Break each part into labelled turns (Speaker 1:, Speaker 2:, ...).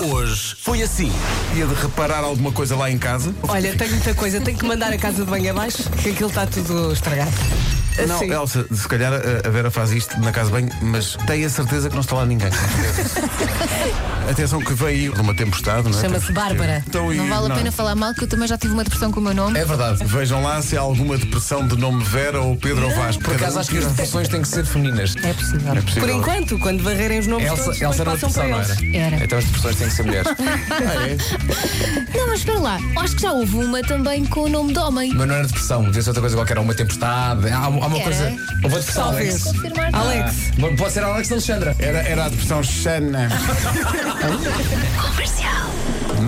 Speaker 1: Hoje foi assim. Ia de reparar alguma coisa lá em casa?
Speaker 2: Olha, tenho muita coisa, tenho que mandar a casa de banho abaixo, que aquilo está tudo estragado.
Speaker 1: Não,
Speaker 2: Assim.
Speaker 1: Elsa, se calhar eh, a a Vera faz isto na casa bem, mas tenho a certeza que não está lá ninguém. Atenção que veio de uma tempestade, não é?
Speaker 3: Chama-se Bárbara.
Speaker 1: Então, e-
Speaker 3: não vale a pena falar mal, que eu também já tive uma depressão com o meu nome.
Speaker 4: É verdade.
Speaker 1: Vejam lá se há alguma depressão de nome Vera ou Pedro ou Vasco.
Speaker 4: Por acaso acho que é as depressões têm que ser femininas.
Speaker 3: É possível.
Speaker 1: é possível.
Speaker 2: Por enquanto, quando varrerem os nomes
Speaker 4: Elsa,
Speaker 2: todos,
Speaker 4: Elsa era uma
Speaker 2: depois passam
Speaker 4: depressão,
Speaker 2: para
Speaker 4: não
Speaker 2: eles.
Speaker 4: era?
Speaker 3: Era.
Speaker 4: Então as depressões têm que ser mulheres.
Speaker 1: Ah, é?
Speaker 3: Não, mas espera lá. Acho que já houve uma também com o nome de homem.
Speaker 4: Mas não era depressão, devia ser outra coisa qualquer, há uma tempestade, há, há uma
Speaker 3: Era.
Speaker 4: coisa. Eu vou depressão,
Speaker 2: Talvez.
Speaker 4: Alex.
Speaker 3: Confirmar.
Speaker 2: Alex,
Speaker 4: Bom, Pode ser Alex de Alexandra.
Speaker 1: Era, era a né? depressão Xana.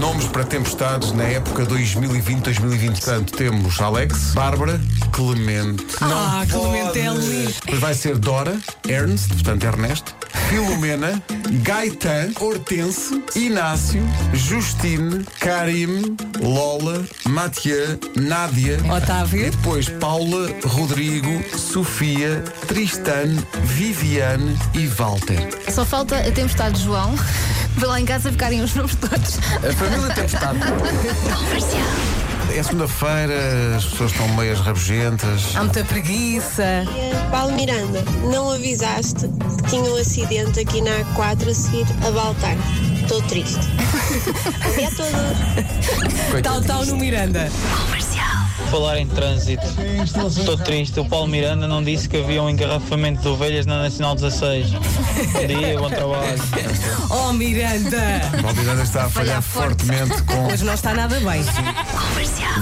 Speaker 1: Nomes para tempestades na época 2020-2020. Portanto, temos Alex, Bárbara, Clemente.
Speaker 2: Ah, Clemente é lindo.
Speaker 1: Depois vai ser Dora, Ernst, portanto Ernesto, Filomena, Gaetan, Hortense, Inácio, Justine, Karim, Lola, Mathieu, Nádia.
Speaker 4: Ah,
Speaker 1: E
Speaker 4: tá.
Speaker 2: Otávio,
Speaker 1: depois Paula, Rodrigo, Sofia, Tristano, Viviane e Walter.
Speaker 3: Só falta a tempestade de João. Vai lá em casa ficarem os nomes todos.
Speaker 4: A família tempestade.
Speaker 1: É segunda-feira, as pessoas estão meias rabugentas.
Speaker 2: há muita preguiça.
Speaker 5: Paulo Miranda, não avisaste que tinha um acidente aqui na A4 a seguir a Baltar. Estou triste. Bom dia a todos.
Speaker 2: Tal, tal no Miranda.
Speaker 6: Falar em trânsito. Estou triste. O Paulo Miranda não disse que havia um engarrafamento de ovelhas na Nacional 16. Bom dia, bom trabalho.
Speaker 2: Oh, Miranda!
Speaker 1: Paulo Miranda está a falhar
Speaker 3: Falhar forte.
Speaker 1: fortemente com
Speaker 2: Hoje não está nada bem.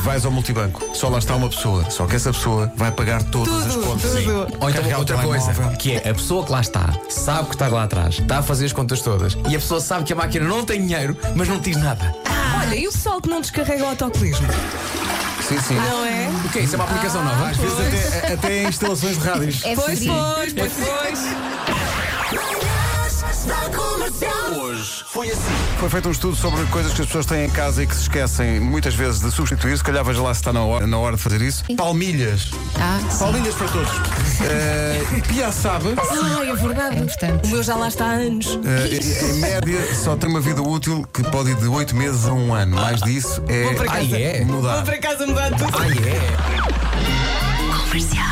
Speaker 1: vais ao multibanco. Só lá está uma pessoa. Só que essa pessoa vai pagar todas as
Speaker 2: Tudo,
Speaker 1: contas.
Speaker 2: tudo.
Speaker 4: Ou então
Speaker 1: Carregar o
Speaker 4: outra
Speaker 1: telemóvel.
Speaker 4: coisa, que é a pessoa que lá está, sabe que está lá atrás, está a fazer as contas todas, e a pessoa sabe que a máquina não tem dinheiro, mas não diz nada.
Speaker 2: Olha, e o pessoal que não descarrega o autocolismo?
Speaker 1: Sim, sim.
Speaker 2: Não é?
Speaker 4: O que é isso? É uma aplicação nova?
Speaker 1: Às vezes até, até em instalações de rádios.
Speaker 3: É
Speaker 2: Pois,
Speaker 3: frio.
Speaker 2: pois, pois, pois.
Speaker 1: Foi feito um estudo sobre coisas que as pessoas têm em casa e que se esquecem muitas vezes de substituir. Se calhar veja lá se está na hora, na hora de fazer isso. Palmilhas.
Speaker 3: Ah,
Speaker 1: Palmilhas para todos. Eh, piaçaba,
Speaker 3: Ai, é verdade.
Speaker 2: O
Speaker 3: Importante.
Speaker 2: meu já lá está há anos.
Speaker 4: É.
Speaker 1: eh, em média, só tem uma vida útil que pode ir de 8 meses a um ano. Mais disso
Speaker 2: Vou para
Speaker 1: é
Speaker 2: casa.
Speaker 4: Ai, é?
Speaker 2: Vou
Speaker 1: mudar.
Speaker 2: para casa mudar tudo.
Speaker 4: Ah, é?
Speaker 1: é.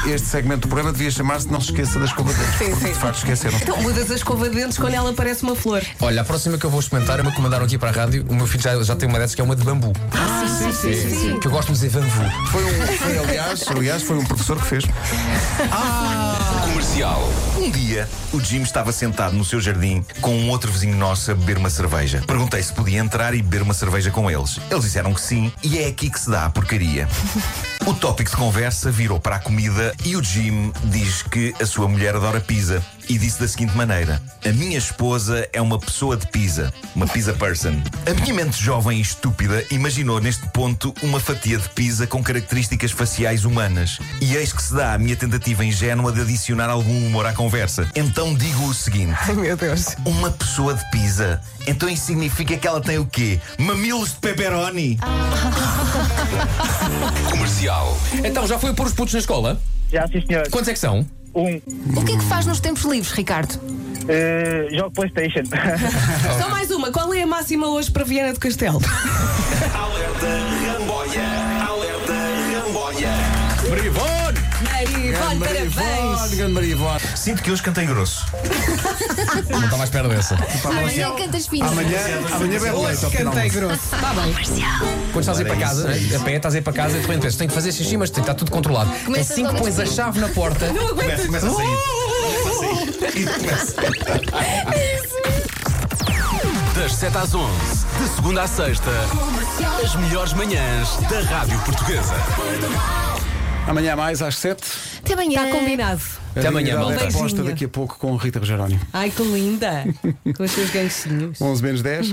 Speaker 1: Este segmento do programa devia chamar-se Não se esqueça das escova de dentes",
Speaker 2: Sim,
Speaker 1: porque
Speaker 2: sim.
Speaker 1: De facto, esqueceram.
Speaker 2: Então mudas a escova de dentes quando ela parece uma flor.
Speaker 4: Olha, a próxima que eu vou experimentar, me comandaram aqui para a rádio, o meu filho já, já tem uma dessas que é uma de bambu. É,
Speaker 3: Ah, sim, sim, sim. sim.
Speaker 4: Que eu gosto de dizer bambu.
Speaker 1: Foi um, foi, aliás, aliás, foi um professor que fez.
Speaker 7: Comercial. Um dia, o Jim estava sentado no seu jardim com um outro vizinho nosso a beber uma cerveja. Perguntei se podia entrar e beber uma cerveja com eles. Eles disseram que sim, e é aqui que se dá a porcaria. O tópico de conversa virou para a comida e o Jim diz que a sua mulher adora pizza. E disse da seguinte maneira: A minha esposa é uma pessoa de pizza, uma pizza person. A minha mente jovem e estúpida imaginou neste ponto uma fatia de pizza com características faciais humanas. E eis que se dá a minha tentativa ingênua de adicionar algum humor à conversa. Então digo o seguinte:
Speaker 2: Ai, meu Deus.
Speaker 7: Uma pessoa de pizza. Então isso significa que ela tem o quê? Mamilos de pepperoni? Comercial.
Speaker 4: Então, já foi pôr os putos na escola?
Speaker 8: Já, sim, senhor.
Speaker 4: Quantos é que são?
Speaker 8: Um.
Speaker 3: O que é que faz nos tempos livres, Ricardo?
Speaker 8: eh, jogo PlayStation.
Speaker 2: Só mais uma. Qual é a máxima hoje para Viana do Castelo?
Speaker 7: Alerta Ramboia! Alerta Ramboia!
Speaker 1: Marivone!
Speaker 2: Marivone, parabéns.
Speaker 1: grande Marivone.
Speaker 7: Sinto que hoje cantei grosso.
Speaker 4: Não está mais perto dessa.
Speaker 3: Amanhã cantas finas.
Speaker 1: Amanhã, amanhã bebe leite ao final.
Speaker 2: Cantei grosso. Tá bem.
Speaker 4: Quando estás a ir para
Speaker 7: Era
Speaker 4: casa, a pé, estás a ir para casa e de repente pensas, tenho que fazer xixi, mas tem- está tudo controlado.
Speaker 3: Começas
Speaker 4: assim que
Speaker 3: logo a
Speaker 4: pões a
Speaker 3: sair.
Speaker 4: chave na porta.
Speaker 2: Não aguento.
Speaker 7: Começa, assim. começa a sair. Começa a sair. E começa.
Speaker 9: Das 7 às 11, de segunda à sexta, as melhores manhãs da Rádio Portuguesa.
Speaker 1: Amanhã mais às 7.
Speaker 3: Até amanhã.
Speaker 2: Está combinado.
Speaker 4: Até amanhã,
Speaker 1: A
Speaker 4: malta.
Speaker 1: resposta
Speaker 2: Beijinho.
Speaker 1: daqui a pouco com Rita Rogeroni.
Speaker 2: Ai, que linda. Com os seus ganchinhos.
Speaker 1: 11 menos 10.